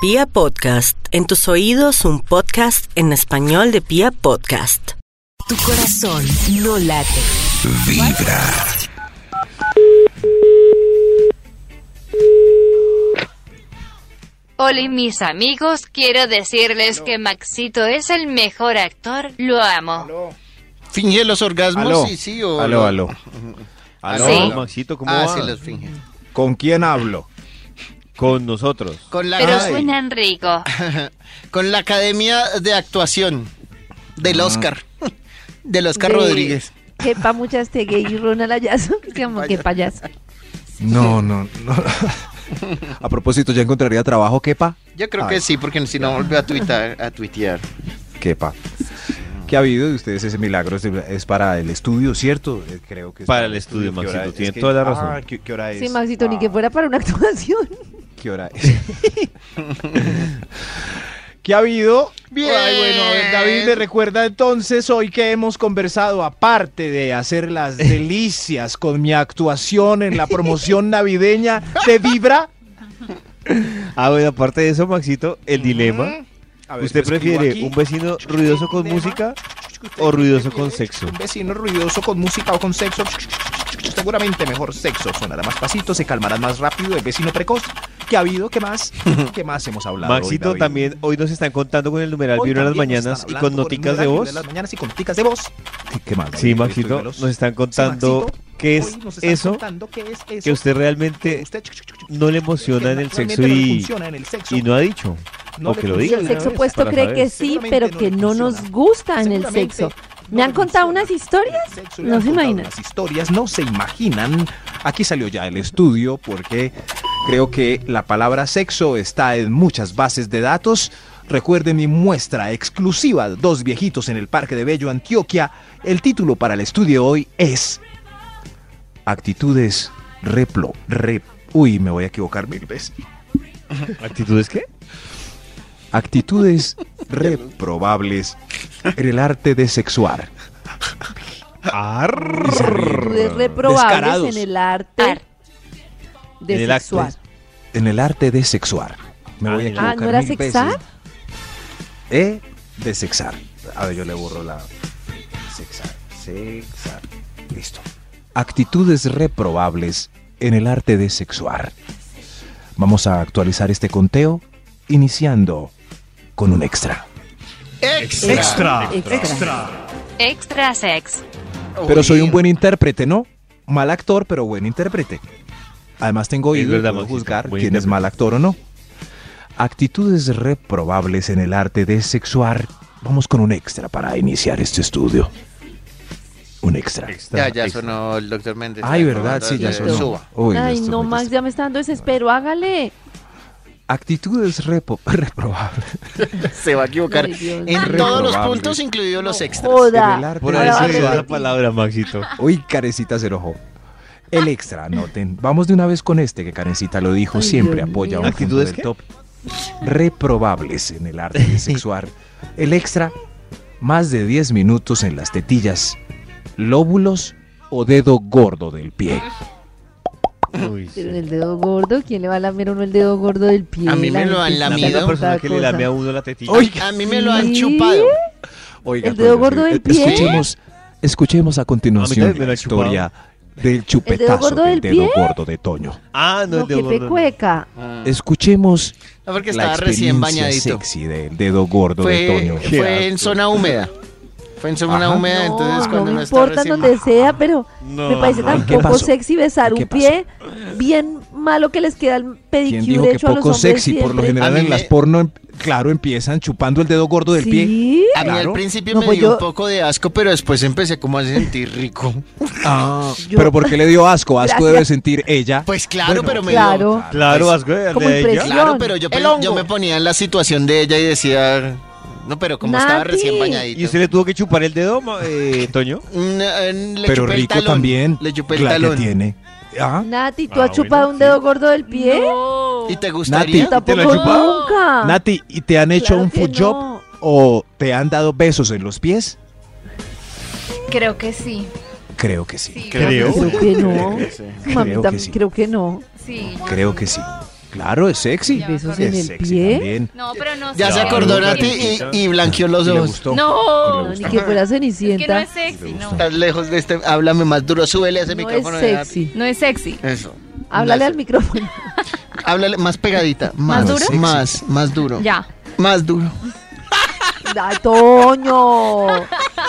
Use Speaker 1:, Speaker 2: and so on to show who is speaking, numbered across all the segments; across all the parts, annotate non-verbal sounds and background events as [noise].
Speaker 1: Pia Podcast, en tus oídos un podcast en español de Pia Podcast.
Speaker 2: Tu corazón no late.
Speaker 3: Vibra.
Speaker 4: Hola mis amigos, quiero decirles que Maxito es el mejor actor, lo amo.
Speaker 5: ¿Finge los orgasmos?
Speaker 6: Aló.
Speaker 5: Sí, sí. O
Speaker 6: Aló, aló.
Speaker 4: Aló,
Speaker 6: Aló,
Speaker 4: Sí.
Speaker 6: Maxito, ¿cómo
Speaker 5: Ah,
Speaker 6: vas?
Speaker 5: sí, los finge.
Speaker 6: ¿Con quién hablo? Con nosotros.
Speaker 5: Con la,
Speaker 4: Pero
Speaker 5: Ay.
Speaker 4: suenan
Speaker 5: [laughs]
Speaker 4: rico.
Speaker 5: con la Academia de Actuación del
Speaker 3: Ah.
Speaker 5: Oscar. [laughs] Del Oscar
Speaker 7: De-
Speaker 5: Rodríguez.
Speaker 7: Jepa Muchastegue y Ronald Ayazo.
Speaker 3: [laughs]
Speaker 7: Digamos que payaso.
Speaker 3: No, no, no. [laughs] A propósito, ¿ya encontraría trabajo, Kepa?
Speaker 5: Yo creo
Speaker 3: Ay.
Speaker 5: que sí, porque si no volvió a tuitar, a tuitear.
Speaker 3: Kepa. ¿Qué ha habido de ustedes ese milagro? Es- Es para el estudio, ¿cierto? Eh, Creo que es
Speaker 6: Para el estudio,
Speaker 3: ¿Qué hora
Speaker 6: Maxito,
Speaker 3: es?
Speaker 6: tiene
Speaker 3: Es que-
Speaker 6: toda la razón.
Speaker 3: Ah, ¿qué, qué hora es?
Speaker 7: Sí, Maxito, ni que
Speaker 3: Ah,
Speaker 7: fuera para una [laughs] actuación.
Speaker 3: ¿Qué hora es? [laughs] ¿Qué ha habido?
Speaker 5: Bien.
Speaker 3: Ay, bueno, a ver, David, me recuerda entonces hoy que hemos conversado, aparte de hacer las [laughs] delicias con mi actuación en la promoción navideña de Vibra.
Speaker 6: Ah, bueno, aparte de eso, Maxito, el dilema.
Speaker 3: Mm. A ver,
Speaker 6: ¿Usted
Speaker 3: pues, escribo
Speaker 6: prefiere
Speaker 3: aquí.
Speaker 6: un vecino ruidoso con música o ruidoso con sexo?
Speaker 3: Un vecino ruidoso con música o con sexo. Seguramente mejor sexo. Sonará más pasito, se calmará más rápido. El vecino precoz. ¿Qué ha habido? ¿Qué más? ¿Qué más hemos hablado? hoy,
Speaker 6: Maxito,
Speaker 3: David?
Speaker 6: también hoy nos están contando con el numeral
Speaker 3: Hoy
Speaker 6: Vibra en las
Speaker 3: también nos
Speaker 6: mañanas
Speaker 3: están
Speaker 6: y con
Speaker 3: hablando por el
Speaker 6: noticas de
Speaker 3: numeral
Speaker 6: voz.
Speaker 3: de las mañanas y con noticas de voz. ¿Qué más?
Speaker 6: Sí, Maxito, nos están contando qué es eso que a usted realmente no le emociona en el sexo y, y no ha dicho. o que lo
Speaker 7: Y
Speaker 6: diga.
Speaker 7: el sexo opuesto
Speaker 6: Para
Speaker 7: cree
Speaker 6: saber.
Speaker 7: que sí,
Speaker 3: Seguramente
Speaker 7: pero
Speaker 3: no
Speaker 7: que
Speaker 3: le
Speaker 7: no
Speaker 3: funciona.
Speaker 7: nos gusta Ah, en el
Speaker 3: Seguramente
Speaker 7: sexo.
Speaker 3: no
Speaker 7: Me han
Speaker 3: le
Speaker 7: contado
Speaker 3: funciona.
Speaker 7: unas historias.
Speaker 3: El sexo
Speaker 7: No
Speaker 3: le han
Speaker 7: se
Speaker 3: contado
Speaker 7: imaginan.
Speaker 3: Las historias no se imaginan. Aquí salió ya el estudio porque creo que la palabra sexo está en muchas bases de datos. Recuerden mi muestra exclusiva, dos viejitos en el Parque de Bello, Antioquia. El título para el estudio hoy es Actitudes replo, rep. Uy, me voy a equivocar mil veces.
Speaker 6: ¿Actitudes qué?
Speaker 3: Actitudes reprobables en el arte de sexuar.
Speaker 7: Actitudes
Speaker 3: Descarados.
Speaker 7: reprobables en el arte
Speaker 4: Ar.
Speaker 7: de
Speaker 6: En el acto.
Speaker 7: sexuar.
Speaker 3: en el arte de sexuar. Me
Speaker 6: Ah,
Speaker 3: voy a
Speaker 6: en el-
Speaker 3: equivocar
Speaker 7: Ah, ¿no era
Speaker 3: mil
Speaker 7: sexar?
Speaker 3: veces. Eh, de sexar. A ver, yo le borro la... Sexar, sexar. Listo. Actitudes reprobables en el arte de sexuar. Vamos a actualizar este conteo iniciando con un extra.
Speaker 5: Ex.
Speaker 6: Ah,
Speaker 7: Extra. Extra.
Speaker 4: Extra sex.
Speaker 3: Pero soy un buen intérprete, ¿no? Mal actor, pero buen intérprete. Además tengo
Speaker 6: Es
Speaker 3: oído y
Speaker 6: verdad,
Speaker 3: puedo
Speaker 6: Maxito,
Speaker 3: juzgar
Speaker 6: buen
Speaker 3: quién es
Speaker 6: intérprete.
Speaker 3: mal actor o no. Actitudes reprobables en el arte de sexuar. Vamos con un extra para iniciar este estudio. Un extra.
Speaker 5: Ya, ya sonó el doctor Méndez.
Speaker 3: Ay, verdad, sí, ya
Speaker 7: Listo.
Speaker 3: sonó.
Speaker 5: Suba.
Speaker 3: Uy,
Speaker 7: Ay,
Speaker 3: esto
Speaker 7: no,
Speaker 3: me
Speaker 7: Max, ya me está dando desespero. Hágale.
Speaker 3: Actitudes repo- [laughs] reprobables.
Speaker 5: Se va a equivocar.
Speaker 7: Ay, Dios
Speaker 5: en
Speaker 7: mío.
Speaker 5: todos los
Speaker 3: Reprobable.
Speaker 5: puntos, incluidos los extras.
Speaker 3: En el
Speaker 7: Joda.
Speaker 3: arte
Speaker 6: Por
Speaker 3: de
Speaker 7: Ahora
Speaker 6: eso
Speaker 7: va a
Speaker 6: es
Speaker 3: sexuar.
Speaker 6: la
Speaker 7: repetir.
Speaker 6: palabra,
Speaker 3: [laughs]
Speaker 6: Maxito.
Speaker 3: Uy, Carecita se enojó. El extra, anoten. Vamos de una vez con este, que Carecita lo dijo
Speaker 7: Ay,
Speaker 3: siempre,
Speaker 7: Dios
Speaker 3: apoya
Speaker 7: mío.
Speaker 3: un punto
Speaker 6: ¿Actitudes
Speaker 3: del
Speaker 6: qué?
Speaker 3: top. Reprobables en el arte de sexuar. El extra, más de 10 minutos en las tetillas, lóbulos o dedo gordo del
Speaker 7: [laughs]
Speaker 3: pie.
Speaker 6: Uy, sí.
Speaker 7: Pero en el dedo gordo, ¿quién le va a lamer a uno el dedo gordo del pie?
Speaker 5: A mí me
Speaker 7: La
Speaker 5: lo han
Speaker 7: gente
Speaker 6: La
Speaker 5: lamido.
Speaker 7: tanta
Speaker 6: misma persona que le
Speaker 7: cosa.
Speaker 6: lame a uno la tetilla.
Speaker 5: A mí me lo han
Speaker 7: Sí.
Speaker 5: chupado.
Speaker 3: Oiga,
Speaker 7: ¿El dedo
Speaker 3: pues,
Speaker 7: gordo
Speaker 3: eh,
Speaker 7: del pie?
Speaker 3: Escuchemos, escuchemos a continuación
Speaker 6: también me lo
Speaker 3: la
Speaker 6: ha chupado.
Speaker 3: historia del chupetazo
Speaker 7: gordo
Speaker 3: del
Speaker 7: del
Speaker 3: dedo
Speaker 7: pie?
Speaker 3: gordo de Toño.
Speaker 6: Ah, no,
Speaker 7: No,
Speaker 6: el dedo
Speaker 7: qué
Speaker 6: gordo, no.
Speaker 7: pecueca.
Speaker 3: Escuchemos
Speaker 5: No, porque
Speaker 3: la
Speaker 5: estaba recién
Speaker 3: experiencia
Speaker 5: bañadito.
Speaker 3: sexy del dedo gordo de
Speaker 5: Fue,
Speaker 3: Toño.
Speaker 5: fue en zona húmeda. Fue en zona
Speaker 3: Ajá.
Speaker 5: húmeda, entonces
Speaker 7: no,
Speaker 5: cuando
Speaker 7: no
Speaker 5: no
Speaker 7: me
Speaker 5: estaba
Speaker 7: importa
Speaker 5: recién
Speaker 7: donde sea, pero
Speaker 6: No,
Speaker 7: me parece
Speaker 6: no.
Speaker 7: tan
Speaker 3: ¿Qué
Speaker 7: poco
Speaker 3: pasó?
Speaker 7: sexy besar
Speaker 3: ¿Qué
Speaker 7: un pie bien malo que les queda el
Speaker 3: ¿Quién
Speaker 7: pedicure
Speaker 3: dijo que
Speaker 7: hecho a los
Speaker 3: poco
Speaker 7: hombres
Speaker 3: sexy? Por lo
Speaker 7: siempre.
Speaker 3: general
Speaker 5: A mí
Speaker 3: en las
Speaker 5: me-
Speaker 3: porno, em- claro, empiezan chupando el dedo gordo del pie.
Speaker 7: ¿Sí?
Speaker 5: A mí
Speaker 3: Claro.
Speaker 5: al principio
Speaker 7: No,
Speaker 5: me
Speaker 7: pues
Speaker 5: dio
Speaker 7: yo-
Speaker 5: un poco de asco, pero después empecé como a sentir
Speaker 3: [laughs]
Speaker 5: rico.
Speaker 3: Ah,
Speaker 7: Yo-
Speaker 3: Pero ¿por qué le dio asco? Asco
Speaker 7: Gracias.
Speaker 3: debe sentir ella.
Speaker 5: Pues claro, pero me dio...
Speaker 7: Claro.
Speaker 6: Claro,
Speaker 5: Pues,
Speaker 6: asco de-
Speaker 7: como
Speaker 6: de ella.
Speaker 7: impresión.
Speaker 5: Claro, pero yo,
Speaker 7: El
Speaker 5: pe- yo
Speaker 7: hongo.
Speaker 5: me ponía en la situación de ella y decía... No, pero como estaba
Speaker 7: Nati.
Speaker 5: recién bañadito.
Speaker 6: ¿Y usted le tuvo que chupar el dedo, ma- eh, Toño?
Speaker 5: Mm, eh, le
Speaker 3: pero
Speaker 5: chupé el
Speaker 3: rico
Speaker 5: talón,
Speaker 3: también.
Speaker 5: Le chupé el
Speaker 3: Claro que
Speaker 5: talón.
Speaker 3: tiene. Ah,
Speaker 7: Nati, ¿tú
Speaker 6: Ah,
Speaker 7: has chupado
Speaker 6: bueno,
Speaker 7: un dedo gordo del pie?
Speaker 5: ¿Y te
Speaker 3: Nati,
Speaker 5: gustaría?
Speaker 3: ¿te lo
Speaker 7: Tampoco
Speaker 3: has chupado?
Speaker 7: nunca.
Speaker 3: Nati, ¿y te han hecho
Speaker 7: Ah. Claro
Speaker 3: un
Speaker 7: que
Speaker 3: foot job
Speaker 7: no.
Speaker 3: o te han dado besos en los pies?
Speaker 8: Creo que sí.
Speaker 3: Creo que sí.
Speaker 8: Sí,
Speaker 7: Creo que no.
Speaker 5: Sí.
Speaker 7: Mami,
Speaker 3: Creo que
Speaker 7: también
Speaker 3: sí.
Speaker 7: creo que no.
Speaker 8: Sí.
Speaker 3: Creo que sí. Claro, es sexy.
Speaker 8: Ya me
Speaker 7: Besos
Speaker 8: acordé.
Speaker 7: en
Speaker 3: Es
Speaker 7: el
Speaker 3: sexy
Speaker 7: pie.
Speaker 3: también.
Speaker 8: No, pero no
Speaker 5: Ya
Speaker 6: Sí,
Speaker 5: se
Speaker 6: claro,
Speaker 5: acordó
Speaker 6: la
Speaker 5: Nati y,
Speaker 6: gatita.
Speaker 5: y blanqueó
Speaker 3: Y
Speaker 5: los
Speaker 3: le
Speaker 5: ojos.
Speaker 3: gustó.
Speaker 8: No,
Speaker 3: Y le
Speaker 7: Ni
Speaker 3: gustó.
Speaker 7: que fuera
Speaker 8: Es que no
Speaker 7: Cenicienta.
Speaker 8: es sexy, no.
Speaker 5: Estás lejos de este. Háblame más duro. Súbele a ese
Speaker 7: No es
Speaker 5: micrófono. de Nati.
Speaker 7: sexy.
Speaker 8: No es sexy.
Speaker 5: Eso.
Speaker 7: Háblale
Speaker 5: No
Speaker 7: al micrófono.
Speaker 5: es- Háblale más pegadita. Más,
Speaker 8: ¿Más duro?
Speaker 5: sexy. Más, más duro.
Speaker 8: Ya.
Speaker 5: Más duro.
Speaker 7: ¡Ay, Toño!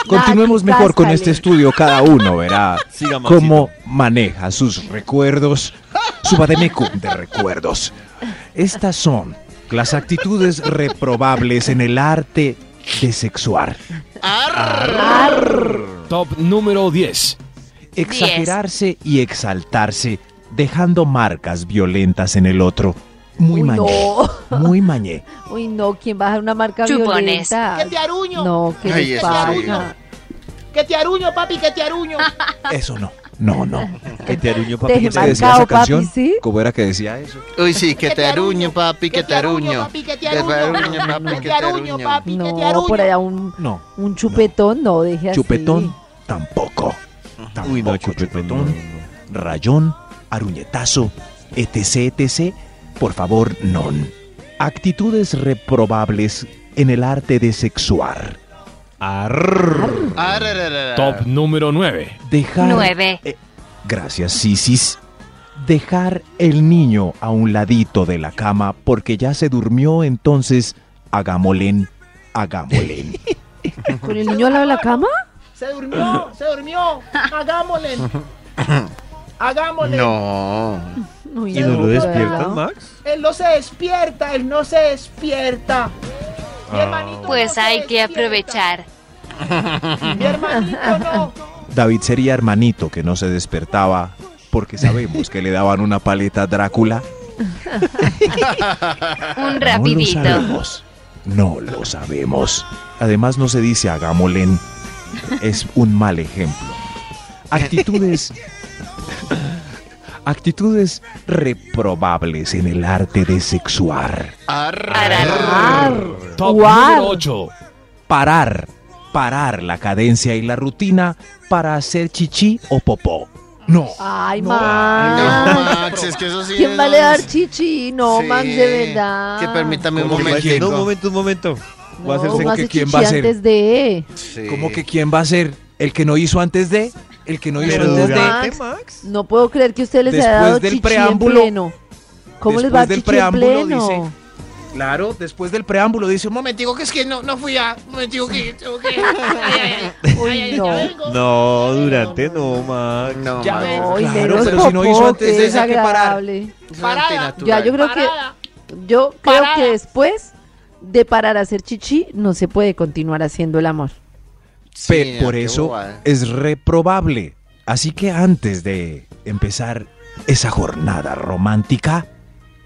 Speaker 3: Continuemos
Speaker 7: Nati,
Speaker 3: mejor con
Speaker 7: cáscale.
Speaker 3: este estudio. Cada uno verá [laughs]
Speaker 6: Siga, Maxito.
Speaker 3: cómo maneja sus recuerdos, su vademécum de recuerdos. Estas son las actitudes reprobables en el arte de sexuar.
Speaker 9: Top número 10.
Speaker 3: Exagerarse y exaltarse, dejando marcas violentas en el otro. Muy
Speaker 7: Uy,
Speaker 3: mañé.
Speaker 7: no.
Speaker 3: Muy mañé.
Speaker 7: Uy, no, ¿quién va a dejar una marca
Speaker 4: Chupones.
Speaker 7: violenta?
Speaker 10: Que te aruño,
Speaker 7: No, que
Speaker 5: Ay,
Speaker 7: les
Speaker 5: es
Speaker 7: pasa.
Speaker 5: horrible.
Speaker 10: que te aruño, papi, que te aruño.
Speaker 7: [laughs]
Speaker 3: Eso no. No, no.
Speaker 6: Que te aruñó
Speaker 7: Te
Speaker 6: papi. que te
Speaker 3: ¿Se decía
Speaker 7: marcado,
Speaker 3: esa
Speaker 7: papi,
Speaker 3: canción?
Speaker 7: sí.
Speaker 3: ¿Cómo era que decía eso?
Speaker 5: Uy, sí, que te aruño, papi, que te aruño.
Speaker 10: papi, que te
Speaker 5: Que te aruño,
Speaker 10: aruño.
Speaker 5: papi,
Speaker 10: Que te aruño, papi, que te
Speaker 7: No,
Speaker 10: aruño.
Speaker 7: por allá un,
Speaker 3: No.
Speaker 7: un chupetón, no, deje así.
Speaker 3: Chupetón, tampoco. Tampoco
Speaker 6: Uy, no,
Speaker 3: chupetón.
Speaker 6: chupetón. no, no, no.
Speaker 3: Rayón, aruñetazo, etc, etc. Por favor, non. Actitudes reprobables en el arte de sexuar. Arr.
Speaker 5: Arararara.
Speaker 9: Top número 9.
Speaker 3: Dejar.
Speaker 4: 9.
Speaker 3: Gracias, Sisis. Dejar el niño a un ladito de la cama porque ya se durmió, entonces hagámosle, hagámosle.
Speaker 7: ¿Con el niño al lado de la cama?
Speaker 10: Se durmió, se durmió. Hagámosle. Hagámosle.
Speaker 5: No.
Speaker 7: Uy,
Speaker 6: ¿Y no lo
Speaker 7: pero-
Speaker 6: despiertan, Max?
Speaker 10: Él no se despierta, él no se despierta. Mi hermanito no
Speaker 4: Pues
Speaker 10: se
Speaker 4: hay que
Speaker 10: despierta.
Speaker 5: [laughs]
Speaker 4: aprovechar.
Speaker 10: Mi hermanito no.
Speaker 3: David sería hermanito que no se despertaba porque sabemos que le daban una paleta a Drácula. No
Speaker 4: Un
Speaker 3: lo
Speaker 4: rapidito.
Speaker 3: sabemos. No lo sabemos. Además no se dice hagámosle. Es un mal ejemplo. Actitudes Actitudes reprobables en el arte de sexuar.
Speaker 4: Arara.
Speaker 9: Top
Speaker 7: Guau.
Speaker 9: número 8.
Speaker 3: Parar, parar la cadencia y la rutina para hacer chichi o popó. No.
Speaker 7: Ay,
Speaker 3: No.
Speaker 5: No,
Speaker 7: Max.
Speaker 5: Max, es que eso sí.
Speaker 7: ¿Quién
Speaker 5: es-
Speaker 7: va a le dar chichi? No,
Speaker 5: Sí.
Speaker 7: Max, de verdad.
Speaker 5: Que permítame un
Speaker 6: Como que
Speaker 5: momento.
Speaker 6: no, un momento, un momento. Voy a hacer
Speaker 7: No, uno
Speaker 3: como
Speaker 7: hace
Speaker 3: que quién
Speaker 7: chichi
Speaker 3: va a hacer.
Speaker 7: antes de...
Speaker 3: ¿Cómo que quién va a ser? ¿El que no hizo antes de? ¿El que no hizo
Speaker 6: Pero
Speaker 3: antes de?
Speaker 6: durante,
Speaker 7: Max.
Speaker 6: Max.
Speaker 7: No puedo creer que usted les haya
Speaker 3: Después
Speaker 7: dado
Speaker 3: del
Speaker 7: chichi
Speaker 3: preámbulo-
Speaker 7: en pleno. ¿Cómo les va a
Speaker 3: después del
Speaker 7: chichi
Speaker 3: preámbulo
Speaker 7: en pleno?
Speaker 3: dice- Claro, después del preámbulo dice un momento.
Speaker 10: Digo que es que no, no fui a. [laughs] Me digo que. tengo [laughs] que- Ay, ay, ay, ay,
Speaker 7: no.
Speaker 10: ya vengo.
Speaker 6: No, durante no, Max.
Speaker 5: No,
Speaker 10: Ya
Speaker 5: Max.
Speaker 10: ves.
Speaker 7: No, y
Speaker 3: Claro,
Speaker 7: menos
Speaker 3: pero si no hizo
Speaker 7: popó,
Speaker 3: antes
Speaker 7: qué
Speaker 3: de eso, hay que parar.
Speaker 7: desagradable.
Speaker 5: Es
Speaker 10: Parada.
Speaker 5: antinatural.
Speaker 7: Ya, yo creo que-
Speaker 10: Parada.
Speaker 7: Yo creo
Speaker 10: Parada.
Speaker 7: que después de parar a hacer chichi, no se puede continuar haciendo el amor.
Speaker 5: Sí,
Speaker 3: Pe- por
Speaker 5: qué
Speaker 3: eso
Speaker 5: bobada.
Speaker 3: es reprobable. Así que antes de empezar esa jornada romántica,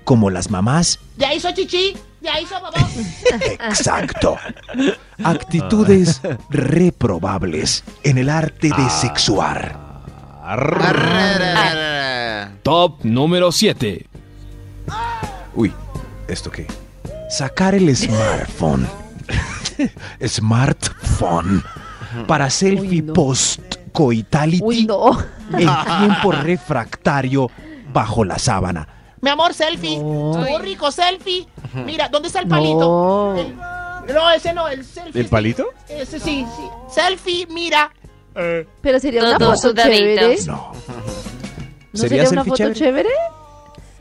Speaker 3: como las mamás,
Speaker 10: Ya hizo chichi, ya hizo papá.
Speaker 5: [laughs]
Speaker 3: exacto. Actitudes reprobables en el arte de sexuar.
Speaker 5: Arrararara.
Speaker 9: Top número 7.
Speaker 3: Uy, ¿esto qué? Sacar el smartphone. smartphone. Para selfie
Speaker 7: no.
Speaker 3: post coitality
Speaker 7: Uy, no.
Speaker 3: en tiempo refractario bajo la sábana.
Speaker 10: Mi amor, selfie.
Speaker 7: No.
Speaker 10: Muy rico, selfie. Mira, ¿dónde está el palito?
Speaker 7: No.
Speaker 10: El- no, ese no, el selfie.
Speaker 6: ¿El palito?
Speaker 10: Ese sí, sí. Selfie, mira.
Speaker 7: Pero sería una
Speaker 4: Todos
Speaker 7: foto
Speaker 4: sudaditos.
Speaker 7: chévere.
Speaker 3: No.
Speaker 7: ¿No sería, una foto chévere?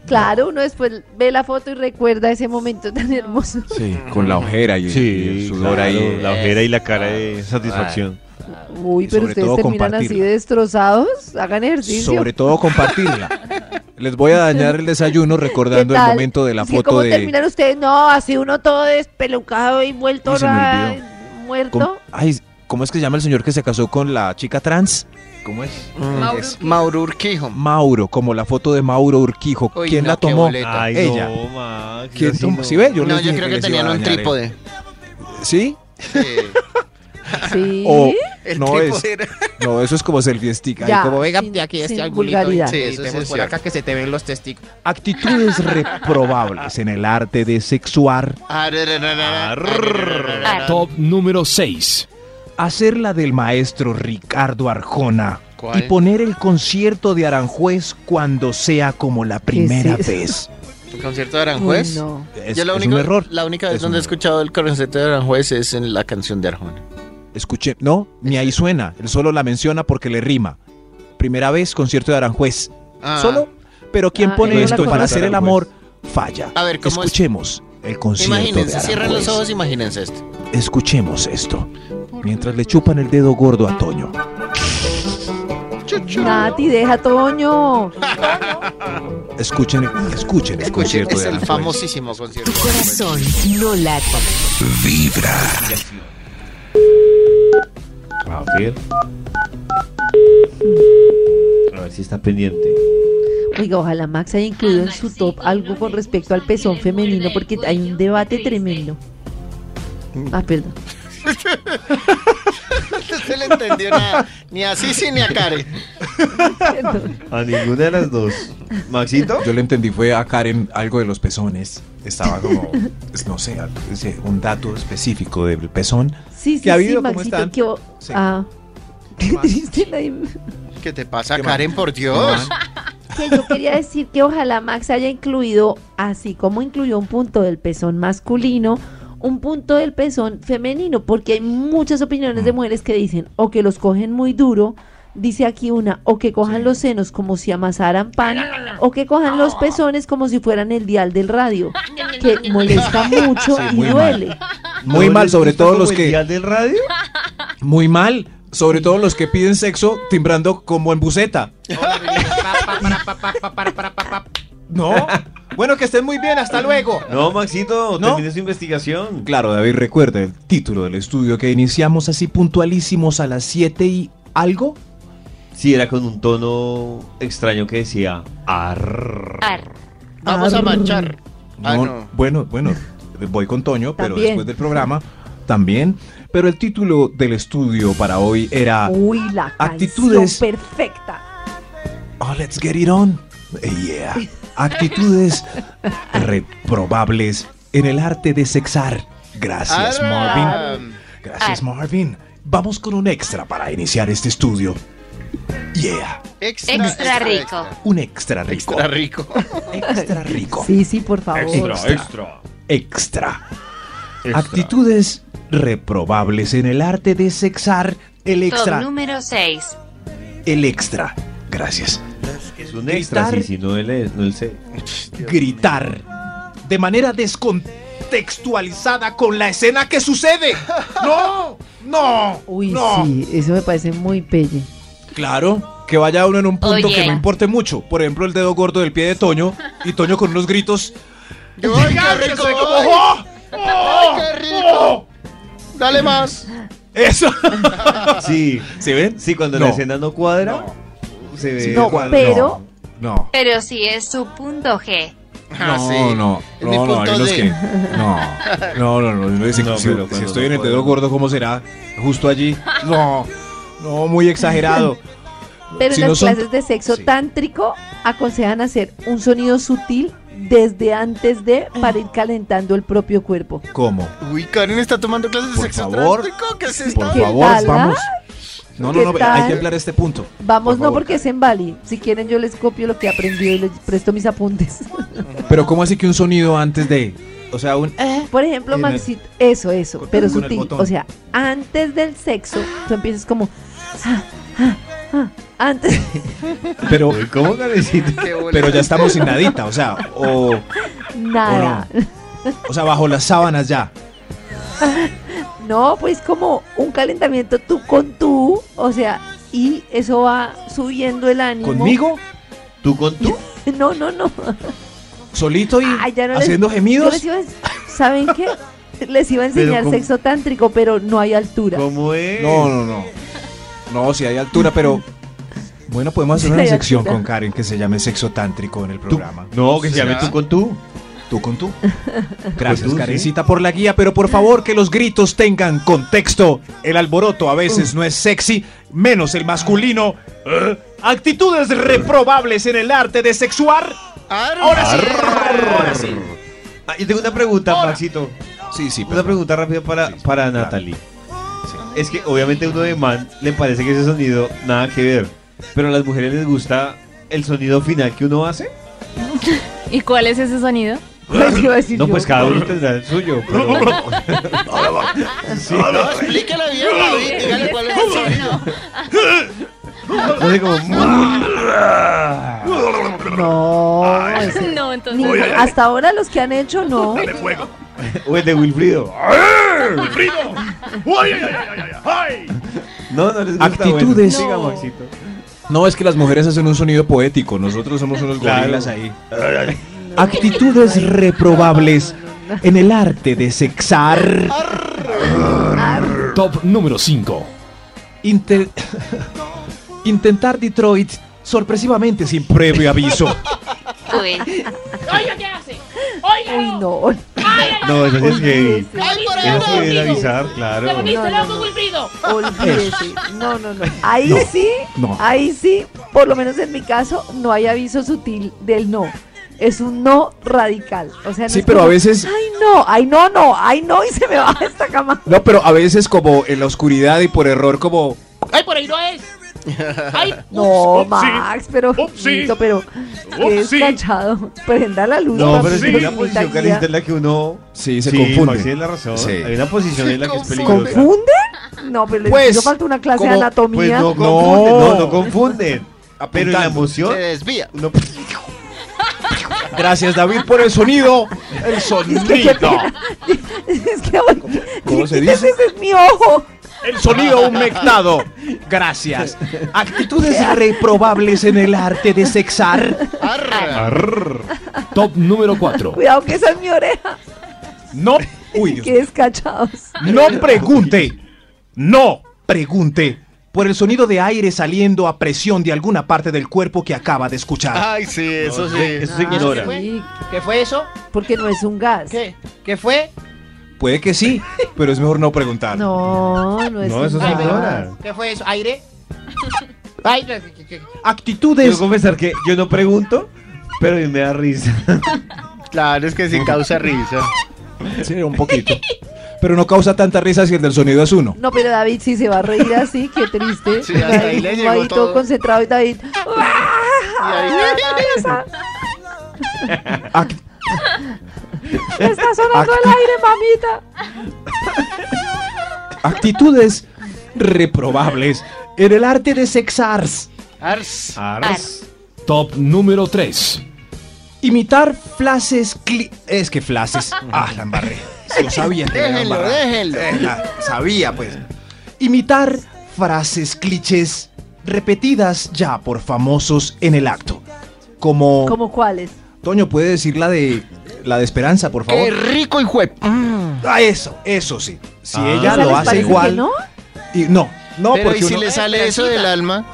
Speaker 7: Claro, uno después ve la foto y recuerda ese momento tan hermoso.
Speaker 3: Sí, con la ojera y, y el sudor
Speaker 6: claro,
Speaker 3: ahí. Ah,
Speaker 6: La ojera y la cara de satisfacción.
Speaker 7: Uy,
Speaker 3: Y
Speaker 7: pero
Speaker 3: sobre
Speaker 7: ustedes
Speaker 3: todo
Speaker 7: terminan así
Speaker 3: compartirla.
Speaker 7: de destrozados. Hagan ejercicio.
Speaker 3: Sobre todo compartirla. Les voy a dañar el desayuno recordando
Speaker 7: ¿Qué
Speaker 3: el
Speaker 7: tal?
Speaker 3: momento de la
Speaker 7: Es que
Speaker 3: foto
Speaker 7: ¿Cómo
Speaker 3: de.
Speaker 7: terminan ustedes? No, así uno todo despelucado y vuelto
Speaker 3: Uy, se me
Speaker 7: ra-
Speaker 3: olvidó.
Speaker 7: muerto.
Speaker 3: ¿Cómo, ay, ¿Cómo es que se llama el señor que se casó con la chica trans? ¿Cómo es?
Speaker 5: Mm, es Mauro Urquijo.
Speaker 3: Mauro, como la foto de Mauro Urquijo.
Speaker 5: Uy,
Speaker 3: ¿Quién
Speaker 5: no,
Speaker 3: la
Speaker 5: qué
Speaker 3: tomó?
Speaker 5: boleta.
Speaker 6: Ay,
Speaker 3: Ella.
Speaker 6: no, Max.
Speaker 3: ¿Quién
Speaker 6: así
Speaker 3: tomó?
Speaker 6: no.
Speaker 3: ¿Sí ve? Yo
Speaker 5: no,
Speaker 3: les
Speaker 5: yo
Speaker 3: dije
Speaker 5: creo
Speaker 3: que
Speaker 5: que
Speaker 3: les iba
Speaker 5: tenían
Speaker 3: a
Speaker 5: un
Speaker 3: dañar el-
Speaker 5: trípode.
Speaker 3: ¿Sí?
Speaker 5: Sí.
Speaker 7: Sí.
Speaker 3: O
Speaker 5: El
Speaker 3: no
Speaker 5: trípode
Speaker 3: es.
Speaker 5: era-
Speaker 3: No, eso es como selfie stick. ahí como, "Venga,
Speaker 7: Ah, sin-
Speaker 10: este
Speaker 7: sin vulgaridad.
Speaker 5: Sí, eso sí es cierto.
Speaker 10: que se te ven los testículos.
Speaker 3: Actitudes reprobables en el arte de sexuar.
Speaker 5: Arrararara. Arrararara.
Speaker 9: Top número 6.
Speaker 3: Hacer la del maestro Ricardo Arjona
Speaker 5: ¿Cuál?
Speaker 3: y poner el concierto de Aranjuez cuando sea como la primera
Speaker 5: [laughs]
Speaker 7: es eso?
Speaker 3: vez.
Speaker 5: ¿El concierto de Aranjuez?
Speaker 7: Uy, no.
Speaker 3: Es,
Speaker 5: Yo la
Speaker 3: es
Speaker 5: única,
Speaker 3: un error.
Speaker 5: La única vez
Speaker 3: Es
Speaker 5: donde he
Speaker 3: un error.
Speaker 5: escuchado el concierto de Aranjuez es en la canción de Arjona.
Speaker 3: Escuché, no, ni ahí suena. Él solo la menciona porque le rima. Primera vez, concierto de Aranjuez.
Speaker 5: Ah,
Speaker 3: Solo, pero quien
Speaker 7: Ah,
Speaker 3: pone
Speaker 7: no la
Speaker 3: esto para
Speaker 7: conozco.
Speaker 3: hacer el amor falla.
Speaker 5: A ver, ¿cómo es?
Speaker 3: Escuchemos el concierto de
Speaker 5: Imagínense, cierren los
Speaker 3: Aranjuez.
Speaker 5: ojos, imagínense esto.
Speaker 3: Escuchemos esto. Mientras le chupan el dedo gordo a Toño.
Speaker 7: Nati, deja Toño.
Speaker 3: Escuchen, escuchen el
Speaker 5: Escuchen,
Speaker 3: concierto de
Speaker 5: es el
Speaker 3: Aranjuez.
Speaker 5: famosísimo concierto.
Speaker 2: Tu corazón no late.
Speaker 6: A ver. A ver si está pendiente.
Speaker 7: Oiga, ojalá Max haya incluido en su top algo con respecto al pezón femenino porque hay un debate tremendo. Ah,
Speaker 3: [laughs]
Speaker 7: perdón.
Speaker 5: No se le entendió nada, ni a Sisi ni a Karen.
Speaker 7: perdón.
Speaker 6: A ninguna de las dos. [laughs] Maxito.
Speaker 3: Yo le entendí fue a Karen algo de los pezones. Estaba como, es- no sé, al- ese- un dato específico del pezón.
Speaker 7: Sí, sí,
Speaker 3: ¿Qué ha
Speaker 7: sí,
Speaker 3: habido? ¿Cómo
Speaker 7: Maxito,
Speaker 3: están?
Speaker 7: que o-
Speaker 3: Sí.
Speaker 7: Ah. Qué [laughs] triste nadie-
Speaker 5: ¿Qué te pasa,
Speaker 3: ¿Qué más?
Speaker 5: Karen? Por Dios.
Speaker 7: Que yo quería decir que ojalá Max haya incluido, así como incluyó un punto del pezón masculino, un punto del pezón femenino, porque hay muchas opiniones
Speaker 3: Mm.
Speaker 7: de mujeres que dicen o que los cogen muy duro, dice aquí una, o que cojan los senos como si amasaran pan, o que cojan los pezones como si fueran el dial del radio, que molesta
Speaker 3: [laughs]
Speaker 7: mucho
Speaker 3: Sí,
Speaker 7: y
Speaker 3: muy mal.
Speaker 7: duele.
Speaker 3: Muy
Speaker 6: Ah, ¿No
Speaker 3: mal,
Speaker 6: les
Speaker 3: sobre
Speaker 6: gusta
Speaker 3: todo
Speaker 6: como
Speaker 3: los
Speaker 6: el
Speaker 3: que-
Speaker 6: dial del radio?
Speaker 3: Muy mal, sobre todo los que piden sexo timbrando como en buceta.
Speaker 5: [laughs]
Speaker 3: No. Bueno, que estén muy bien, hasta luego.
Speaker 6: No, Maxito,
Speaker 3: ¿No?
Speaker 6: termine su investigación.
Speaker 3: Claro, David, recuerda el título del estudio que iniciamos así puntualísimos a las 7 y algo.
Speaker 6: Sí, era con un tono extraño que decía arr.
Speaker 4: Ar.
Speaker 5: Vamos a manchar. Ah,
Speaker 3: No,
Speaker 5: no.
Speaker 3: Bueno, bueno, voy con Toño, pero
Speaker 7: También.
Speaker 3: después del programa también. Pero el título del estudio para hoy era
Speaker 7: Uy, la
Speaker 3: Ah. Actitudes.
Speaker 7: canción perfecta.
Speaker 3: Oh, let's get it on. Yeah. Actitudes reprobables en el arte de sexar. Gracias, Marvin.
Speaker 5: Ah,
Speaker 3: Gracias, Marvin. Vamos con un extra para iniciar este estudio. Yeah.
Speaker 5: Extra,
Speaker 4: Extra rico.
Speaker 3: Un extra rico.
Speaker 5: Extra rico.
Speaker 3: Extra rico.
Speaker 7: Sí, sí, por favor.
Speaker 3: Extra. Extra. Actitudes reprobables en el arte de sexar. El
Speaker 4: Top
Speaker 3: extra.
Speaker 4: número 6.
Speaker 3: El extra. Gracias.
Speaker 6: Es un extra,
Speaker 3: Gritar.
Speaker 6: sí, sí, no el, no el C.
Speaker 3: gritar de manera descontextualizada con la escena que sucede. No, no,
Speaker 7: Uy,
Speaker 3: no.
Speaker 7: sí, eso me parece muy pelle.
Speaker 3: Claro, que vaya uno en un punto
Speaker 4: Oye.
Speaker 3: que no importe mucho. Por ejemplo, el dedo gordo del pie de Toño y Toño con unos gritos.
Speaker 5: ¡Oiga, qué rico!
Speaker 3: ¡Oh!
Speaker 5: ¡Ay, qué rico! Dale más.
Speaker 6: [laughs]
Speaker 3: Eso.
Speaker 6: Sí,
Speaker 3: ¿Se ven?
Speaker 6: sí, cuando la
Speaker 3: No.
Speaker 6: escena no cuadra, se ve.
Speaker 3: Sí,
Speaker 7: No,
Speaker 3: cual-
Speaker 7: pero-
Speaker 3: No.
Speaker 4: Pero si es su punto G.
Speaker 5: Ah, sí.
Speaker 3: no,
Speaker 5: Es mi punto
Speaker 3: hay unos
Speaker 5: D.
Speaker 3: que- no, no, no, no, no, si,
Speaker 6: No,
Speaker 3: si-
Speaker 6: pero
Speaker 3: si
Speaker 6: cuando
Speaker 3: estoy
Speaker 6: no
Speaker 3: en el dedo
Speaker 6: puedo.
Speaker 3: gordo, ¿cómo será? Justo allí. No, no, muy exagerado.
Speaker 7: Pero
Speaker 3: Si
Speaker 7: en
Speaker 3: no
Speaker 7: las
Speaker 3: son-
Speaker 7: clases de sexo
Speaker 3: Sí.
Speaker 7: tántrico aconsejan hacer un sonido sutil desde antes de para ir calentando el propio cuerpo.
Speaker 3: ¿Cómo?
Speaker 5: Uy, Karen está tomando clases de
Speaker 3: Por
Speaker 5: sexo
Speaker 3: favor.
Speaker 5: tráfico. ¿Qué es
Speaker 3: Por
Speaker 5: esto?
Speaker 7: ¿Qué
Speaker 3: favor,
Speaker 7: tal, ah?
Speaker 3: vamos. No, no,
Speaker 7: ¿Qué
Speaker 3: no,
Speaker 7: tal?
Speaker 3: hay que hablar este punto.
Speaker 7: Vamos,
Speaker 3: Por
Speaker 7: no
Speaker 3: favor,
Speaker 7: porque es en Bali. Si quieren yo les copio lo que aprendí y les presto mis apuntes.
Speaker 3: Pero ¿cómo así que un sonido antes de? O sea, un...
Speaker 7: Por ejemplo,
Speaker 3: En el-
Speaker 7: Maxito, eso, eso,
Speaker 3: con-
Speaker 7: pero
Speaker 3: con el
Speaker 7: sutil.
Speaker 3: botón.
Speaker 7: O sea, antes del sexo, tú empiezas como... ah, ah, ah, antes...
Speaker 3: Pero,
Speaker 6: Uy, ¿Cómo cabecita?
Speaker 5: Qué bola.
Speaker 3: pero ya estamos sin nadita, o sea, [laughs] o,
Speaker 7: Nada.
Speaker 3: o sea, bajo las sábanas ya.
Speaker 7: No, pues como un calentamiento tú con tú, o sea, y eso va subiendo el ánimo.
Speaker 3: ¿Conmigo?
Speaker 6: ¿Tú con tú?
Speaker 7: No, no, no.
Speaker 3: ¿Solito y
Speaker 7: Ay, ya no les-
Speaker 3: haciendo
Speaker 7: Yo
Speaker 3: gemidos?
Speaker 7: les iba a- ¿Saben
Speaker 3: [laughs]
Speaker 7: qué? Les iba a
Speaker 6: Pero
Speaker 7: enseñar
Speaker 6: ¿cómo?
Speaker 7: sexo tántrico, pero no hay altura.
Speaker 6: ¿Cómo es?
Speaker 3: No, no, no. No, si hay altura, pero... Bueno, podemos hacer
Speaker 7: Sí,
Speaker 3: una
Speaker 7: hay
Speaker 3: sección
Speaker 7: altura.
Speaker 3: con Karen que se llame sexo tántrico en el
Speaker 6: Tú-
Speaker 3: programa.
Speaker 6: no, que se llame
Speaker 5: ¿Será?
Speaker 6: tú con tú.
Speaker 3: Tú con tú.
Speaker 6: Con
Speaker 3: Gracias,
Speaker 6: Pues tú,
Speaker 3: Karencita, por la guía, pero por favor que los gritos tengan contexto. El alboroto a
Speaker 7: Uh.
Speaker 3: veces no es sexy, menos el masculino. ¿Eh? Actitudes reprobables en el arte de sexuar.
Speaker 5: Ar-
Speaker 3: Ahora sí.
Speaker 5: Ahora sí.
Speaker 6: Ah, yo tengo una pregunta, Maxito.
Speaker 3: Sí, sí,
Speaker 6: Una pregunta rápida para,
Speaker 3: Sí, sí,
Speaker 6: para
Speaker 3: claro.
Speaker 6: Natalie. Es que obviamente a uno de man le parece que ese sonido nada que ver. Pero a las mujeres les gusta el sonido final que uno hace.
Speaker 8: ¿Y
Speaker 3: [laughs]
Speaker 8: cuál es ese
Speaker 10: [laughs]
Speaker 8: sonido?
Speaker 7: Pues iba a decir
Speaker 6: No,
Speaker 7: yo.
Speaker 6: pues cada uno tendrá el suyo. pero- Sí,
Speaker 5: No, explícale bien, David. Dígale cuál es el sonido.
Speaker 6: hace como-
Speaker 7: No, ese-
Speaker 8: [laughs] No, entonces.
Speaker 7: ninguno- hasta ahora los que han
Speaker 8: [laughs]
Speaker 7: hecho no.
Speaker 6: O el de Wilfrido. No, no les gusta.
Speaker 3: Actitudes.
Speaker 6: Bueno. Siga,
Speaker 8: No.
Speaker 6: Maxito.
Speaker 3: No, es que las mujeres hacen un sonido poético. Nosotros somos unos gorilas ahí. [laughs] Actitudes reprobables en el arte de sexar.
Speaker 9: Top número 5.
Speaker 3: Inte- [laughs] Intentar Detroit sorpresivamente sin previo aviso.
Speaker 4: Uy,
Speaker 5: [laughs]
Speaker 10: Oiga, ¿qué hace? Oiga,
Speaker 7: Uy, no.
Speaker 6: No, eso sí es gay.
Speaker 10: Ay, por
Speaker 6: Eso sí es
Speaker 10: Wilfrido.
Speaker 6: avisar, claro.
Speaker 10: Te
Speaker 7: No,
Speaker 10: volviste
Speaker 7: no,
Speaker 10: loco,
Speaker 7: no.
Speaker 10: Wilfrido.
Speaker 7: Olvídese. No, no, no. Ahí
Speaker 3: No,
Speaker 7: sí,
Speaker 3: no.
Speaker 7: ahí sí, por lo menos en mi caso, no hay aviso sutil del no. Es un no radical. O sea, no
Speaker 3: Sí,
Speaker 7: es
Speaker 3: pero
Speaker 7: como,
Speaker 3: a veces-
Speaker 7: Ay, no, ay, no, no, ay, no, y se me va [laughs] esta cama.
Speaker 3: No, pero a veces como en la oscuridad y por error como...
Speaker 10: Ay, por ahí
Speaker 7: [laughs]
Speaker 10: no es. Ay,
Speaker 7: No,
Speaker 10: ups, ups, sí.
Speaker 7: Max, pero.
Speaker 10: Upsi.
Speaker 7: Nito, pero. Qué
Speaker 10: Upsi.
Speaker 7: descachado. Prenda la luz.
Speaker 6: No,
Speaker 7: papi,
Speaker 6: pero es que
Speaker 7: que
Speaker 6: hay una
Speaker 7: bonita
Speaker 6: posición
Speaker 7: guía.
Speaker 6: caliente en la que uno.
Speaker 3: Sí, se
Speaker 6: Maxi
Speaker 3: confunde.
Speaker 6: tiene la razón.
Speaker 3: Sí.
Speaker 6: Hay una posición en la que es
Speaker 5: Se
Speaker 6: peligrosa.
Speaker 7: ¿Confunden? No, pero les
Speaker 3: Pues,
Speaker 7: yo falta una clase de
Speaker 3: como-
Speaker 6: Pues
Speaker 7: anatomía.
Speaker 6: no
Speaker 3: No.
Speaker 7: [laughs]
Speaker 6: confunden, no, no confunden. Pero en la emoción,
Speaker 5: Se desvía.
Speaker 6: uno
Speaker 3: Gracias David por el sonido. El sonido.
Speaker 7: [laughs] es que. bueno,
Speaker 3: ¿Cómo se
Speaker 7: quítese,
Speaker 3: dice?
Speaker 7: [laughs] Ese es mi ojo.
Speaker 3: El sonido humectado. Gracias. Actitudes reprobables en el arte de sexar.
Speaker 5: Arra.
Speaker 9: Top número 4.
Speaker 7: Cuidado, que esa es mi oreja.
Speaker 3: No. Uy, Dios
Speaker 7: Qué descachados.
Speaker 3: No pregunte. No pregunte. Por el sonido de aire saliendo a presión de alguna parte del cuerpo que acaba de escuchar.
Speaker 5: Ay, sí, eso sí.
Speaker 6: eso se ignora.
Speaker 7: Sí,
Speaker 10: ¿Qué fue eso?
Speaker 7: porque no es un gas.
Speaker 10: ¿Qué? ¿Qué fue?
Speaker 3: Puede que sí, pero es mejor no preguntar.
Speaker 7: No, no es
Speaker 6: No,
Speaker 7: un
Speaker 6: eso se
Speaker 7: gas.
Speaker 6: ignora.
Speaker 10: ¿Qué fue eso? [laughs] ¿Aire? Ay, no, que- que- que-
Speaker 6: Debo
Speaker 3: Actitudes.
Speaker 6: confesar que yo no pregunto, pero me da risa.
Speaker 5: Claro, es que sí causa risa.
Speaker 3: Sí, un poquito. Pero no causa tanta risa si el del sonido es uno.
Speaker 7: No, pero David sí se va a reír así, qué triste.
Speaker 5: Sí, hasta ahí
Speaker 7: David,
Speaker 5: le
Speaker 7: como
Speaker 5: llegó
Speaker 7: ahí todo.
Speaker 5: todo.
Speaker 7: concentrado y David.
Speaker 3: Ac-
Speaker 7: Está sonando el aire, mamita.
Speaker 3: actitudes reprobables en el arte de sexar.
Speaker 5: Ars.
Speaker 4: Ars.
Speaker 9: Top número 3.
Speaker 3: Imitar frases cli- Es que frases.
Speaker 5: [laughs]
Speaker 3: Ah, la embarré. Yo sabía que la iba a
Speaker 5: Déjenlo,
Speaker 3: embarrar.
Speaker 5: déjenlo.
Speaker 3: Eh, la sabía, pues. Imitar frases clichés repetidas ya por famosos en el acto. Como.
Speaker 7: ¿Cómo cuáles?
Speaker 3: Toño, ¿puede decir la de. La de Esperanza, por
Speaker 5: Qué
Speaker 3: favor?
Speaker 5: rico y juep.
Speaker 3: Ah, eso, eso sí. Si
Speaker 6: Ah.
Speaker 3: ella
Speaker 6: ¿Esa
Speaker 7: ¿Esa les
Speaker 3: lo hace
Speaker 7: parece que
Speaker 3: igual.
Speaker 7: no?
Speaker 3: y- no, no,
Speaker 5: Pero
Speaker 3: porque
Speaker 5: ¿y si
Speaker 3: uno- [laughs]
Speaker 5: le sale eso del alma?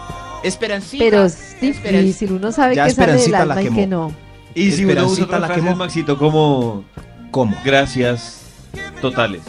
Speaker 10: Esperancita.
Speaker 7: Pero es
Speaker 10: Esperancita.
Speaker 7: difícil, uno sabe
Speaker 3: Ya
Speaker 7: que sale del
Speaker 3: Esperancita la
Speaker 7: alma y
Speaker 3: quemó.
Speaker 7: que no.
Speaker 6: Y si uno usa
Speaker 3: Esperancita
Speaker 6: otra
Speaker 3: la
Speaker 6: la
Speaker 3: quemó.
Speaker 6: Maxito, como
Speaker 3: ¿Cómo?
Speaker 6: gracias totales.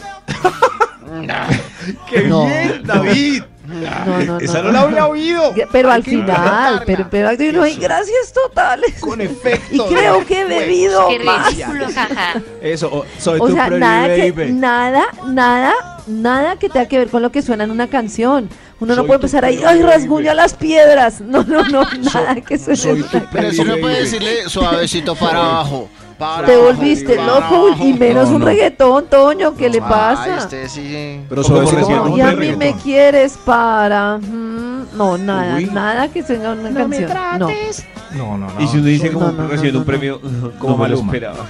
Speaker 3: ¡Qué
Speaker 7: No.
Speaker 3: bien, David!
Speaker 7: No, no, no.
Speaker 5: [laughs]
Speaker 3: Esa no
Speaker 7: no.
Speaker 3: la había oído.
Speaker 7: Pero al
Speaker 3: que
Speaker 7: final,
Speaker 3: implementarla.
Speaker 7: pero, pero yo no hay gracias totales.
Speaker 3: Con efecto.
Speaker 7: Y creo que he
Speaker 5: Pues,
Speaker 7: bebido
Speaker 4: qué
Speaker 7: más.
Speaker 4: ridículo, jaja.
Speaker 3: Eso, o- soy
Speaker 7: O
Speaker 3: tu
Speaker 7: sea,
Speaker 3: pretty
Speaker 7: nada que,
Speaker 3: baby.
Speaker 7: nada, nada, nada que tenga que ver con lo que suena en una canción. Uno no
Speaker 3: Soy
Speaker 7: puede
Speaker 3: tu
Speaker 7: empezar ahí,
Speaker 3: pretty
Speaker 7: ay,
Speaker 3: baby".
Speaker 7: rasguña las piedras. [laughs] No, no, no, nada que suene
Speaker 3: soy
Speaker 7: en
Speaker 3: tu pretty
Speaker 7: una
Speaker 5: Pero
Speaker 7: canción.
Speaker 5: si uno puede decirle suavecito para abajo. Para
Speaker 7: Te
Speaker 5: abajo,
Speaker 7: volviste
Speaker 5: para
Speaker 7: loco
Speaker 5: abajo.
Speaker 7: y menos
Speaker 3: No,
Speaker 7: un
Speaker 3: no. Ah, este
Speaker 7: reggaetón, Toño, ¿qué le
Speaker 5: Ay,
Speaker 7: pasa?
Speaker 5: usted sí.
Speaker 3: Pero
Speaker 6: O
Speaker 3: solo
Speaker 6: como
Speaker 3: decir
Speaker 6: recién
Speaker 3: como
Speaker 7: No,
Speaker 6: un
Speaker 7: y a
Speaker 6: hombre
Speaker 7: mí me
Speaker 6: reggaetón.
Speaker 7: quieres para. mm, no, nada,
Speaker 3: Uy.
Speaker 7: nada que suena en una
Speaker 10: No me
Speaker 7: canción. no.
Speaker 10: trates.
Speaker 3: No, no, no.
Speaker 6: y si uno dice
Speaker 7: no,
Speaker 6: como
Speaker 7: no, no,
Speaker 6: recibiendo un
Speaker 7: no, no.
Speaker 6: premio, [laughs]
Speaker 3: Como
Speaker 6: como me lo
Speaker 3: Maluma.
Speaker 6: esperaba.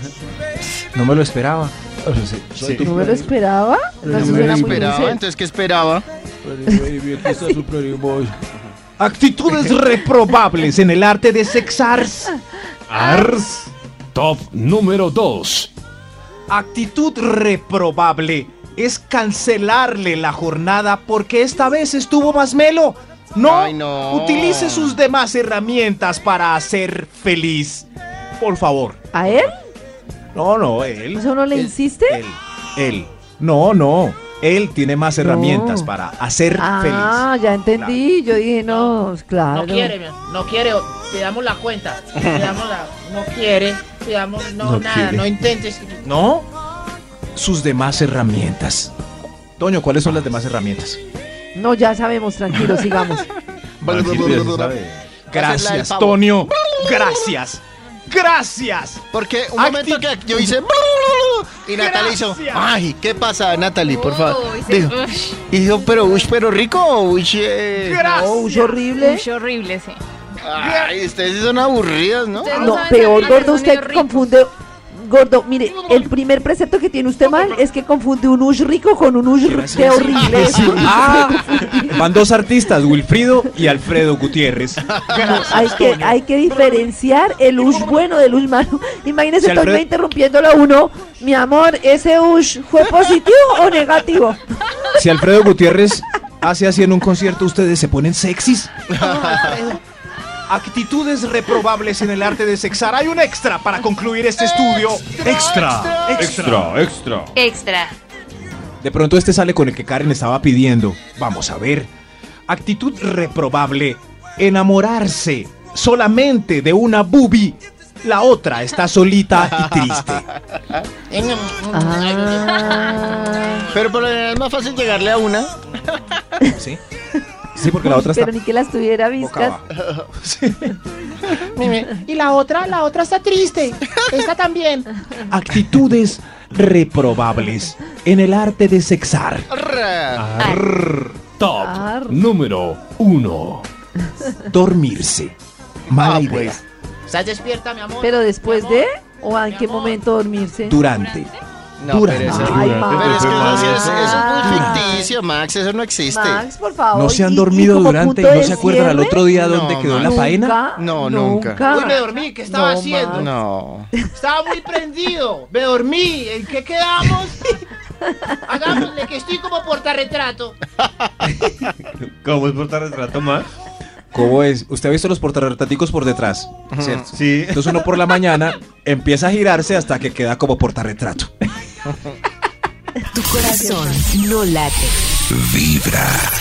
Speaker 3: No me lo esperaba.
Speaker 6: Sí.
Speaker 7: ¿No me lo esperaba? No,
Speaker 5: No
Speaker 7: eso
Speaker 5: me lo
Speaker 7: suena muy
Speaker 5: esperaba,
Speaker 7: dulce.
Speaker 5: entonces ¿qué esperaba?
Speaker 6: Ah,
Speaker 3: [laughs] Actitudes reprobables en el arte de sexar.
Speaker 9: Ars. Top número 2.
Speaker 3: Actitud reprobable es cancelarle la jornada porque esta vez estuvo más melo. No,
Speaker 5: Ay, no.
Speaker 3: utilice sus demás herramientas para hacer feliz. Por favor.
Speaker 7: ¿A él?
Speaker 3: No, no, él.
Speaker 7: ¿Eso no le insiste?
Speaker 3: Él. Él. No, no. Él tiene más herramientas para hacer
Speaker 7: Ah, ya entendí. Yo dije, no, claro.
Speaker 10: No quiere, mi- no quiere, te damos la cuenta. Te damos la, no quiere, te damos, no,
Speaker 6: No
Speaker 10: nada,
Speaker 6: quiere.
Speaker 10: no intentes.
Speaker 3: feliz. ¿No? Sus demás herramientas. Toño, ¿cuáles son las demás herramientas?
Speaker 7: No, ya sabemos, tranquilo, sigamos.
Speaker 6: Maxito ya se sabe.
Speaker 5: Hacerla del
Speaker 3: Gracias,
Speaker 5: pavo.
Speaker 3: Toño. Gracias.
Speaker 11: Gracias.
Speaker 5: Porque un momento que yo hice. Y Natalie hizo. Ay, ¿qué pasa, Natalie? Por favor.
Speaker 8: Uy, sí.
Speaker 5: Dijo,
Speaker 8: Ush.
Speaker 5: dijo, pero uy, pero rico o ush, eh,
Speaker 8: No,
Speaker 5: no, ush,
Speaker 8: ush horrible. Ush horrible, sí.
Speaker 5: Ay, ustedes sí son aburridas, ¿no?
Speaker 8: Ustedes
Speaker 7: No,
Speaker 8: saben
Speaker 7: peor,
Speaker 8: hacer
Speaker 7: gordo, usted
Speaker 8: sonido rico.
Speaker 7: confunde. Gordo, mire, el primer precepto que tiene usted mal es que confunde un ush rico con un ush r- qué horrible. es.
Speaker 3: [laughs] Ah, van dos artistas, Wilfrido y Alfredo
Speaker 7: [laughs]
Speaker 3: Gutiérrez.
Speaker 7: No, hay, que, hay que diferenciar el ush bueno del ush malo. [laughs]
Speaker 3: Si
Speaker 7: Imagínese, estoy
Speaker 3: Alfredo-
Speaker 7: interrumpiéndolo a uno. Mi amor, ¿ese ush
Speaker 10: [laughs]
Speaker 7: fue positivo o negativo?
Speaker 3: Si Alfredo Gutiérrez hace así en un concierto, ¿ustedes se ponen sexys?
Speaker 7: [laughs]
Speaker 11: Actitudes reprobables en el arte de sexar. Hay un extra para concluir este estudio.
Speaker 3: Extra,
Speaker 9: extra, extra.
Speaker 4: Extra.
Speaker 3: De pronto este sale con el que Karen estaba pidiendo. Vamos a ver.
Speaker 11: Actitud reprobable. Enamorarse solamente de una bubi. La otra está solita y triste.
Speaker 10: Ah.
Speaker 5: Pero por lo general es más fácil llegarle a una.
Speaker 3: ¿Sí? Sí, porque la otra está
Speaker 7: Pero ni que las tuviera
Speaker 3: boca
Speaker 7: vistas.
Speaker 3: abajo.
Speaker 10: Y la otra, la otra está triste. Esta también.
Speaker 11: Actitudes reprobables en el arte de sexar.
Speaker 6: Ah,
Speaker 9: Arr. Top
Speaker 7: Arr.
Speaker 9: número uno.
Speaker 11: Dormirse. Mala idea.
Speaker 10: Estás despierta, mi amor.
Speaker 7: Pero después
Speaker 10: Mi
Speaker 7: de,
Speaker 10: amor.
Speaker 7: o en qué momento dormirse.
Speaker 3: Durante.
Speaker 5: No,
Speaker 3: Durante.
Speaker 5: pero eso-
Speaker 7: Ay,
Speaker 5: Pero es
Speaker 7: Max.
Speaker 5: que eso, sí es, eso es
Speaker 7: Ay.
Speaker 5: muy ficticio, Max. Eso no existe.
Speaker 7: Max, por favor.
Speaker 3: No se han
Speaker 7: Ah, ¿y- y
Speaker 3: dormido
Speaker 7: como
Speaker 3: durante y
Speaker 7: punto
Speaker 3: no
Speaker 7: de
Speaker 3: se acuerdan al
Speaker 7: cierre?
Speaker 3: otro día dónde
Speaker 5: No,
Speaker 3: quedó la
Speaker 5: Max.
Speaker 3: paena.
Speaker 7: Nunca,
Speaker 5: No, nunca.
Speaker 10: Uy, me dormí. ¿Qué estaba
Speaker 7: No,
Speaker 10: haciendo?
Speaker 7: Max.
Speaker 5: No.
Speaker 10: Estaba muy prendido. Me dormí. ¿En qué
Speaker 7: [laughs]
Speaker 10: quedamos? Hagámosle que estoy como portarretrato.
Speaker 6: ¿Cómo es portar retrato más?
Speaker 3: ¿Cómo es? Usted ha visto los portarretraticos por detrás, ¿cierto?
Speaker 6: Sí.
Speaker 3: Entonces uno por la mañana empieza a girarse hasta que queda como portarretrato.
Speaker 2: Tu corazón no late.
Speaker 12: Vibra.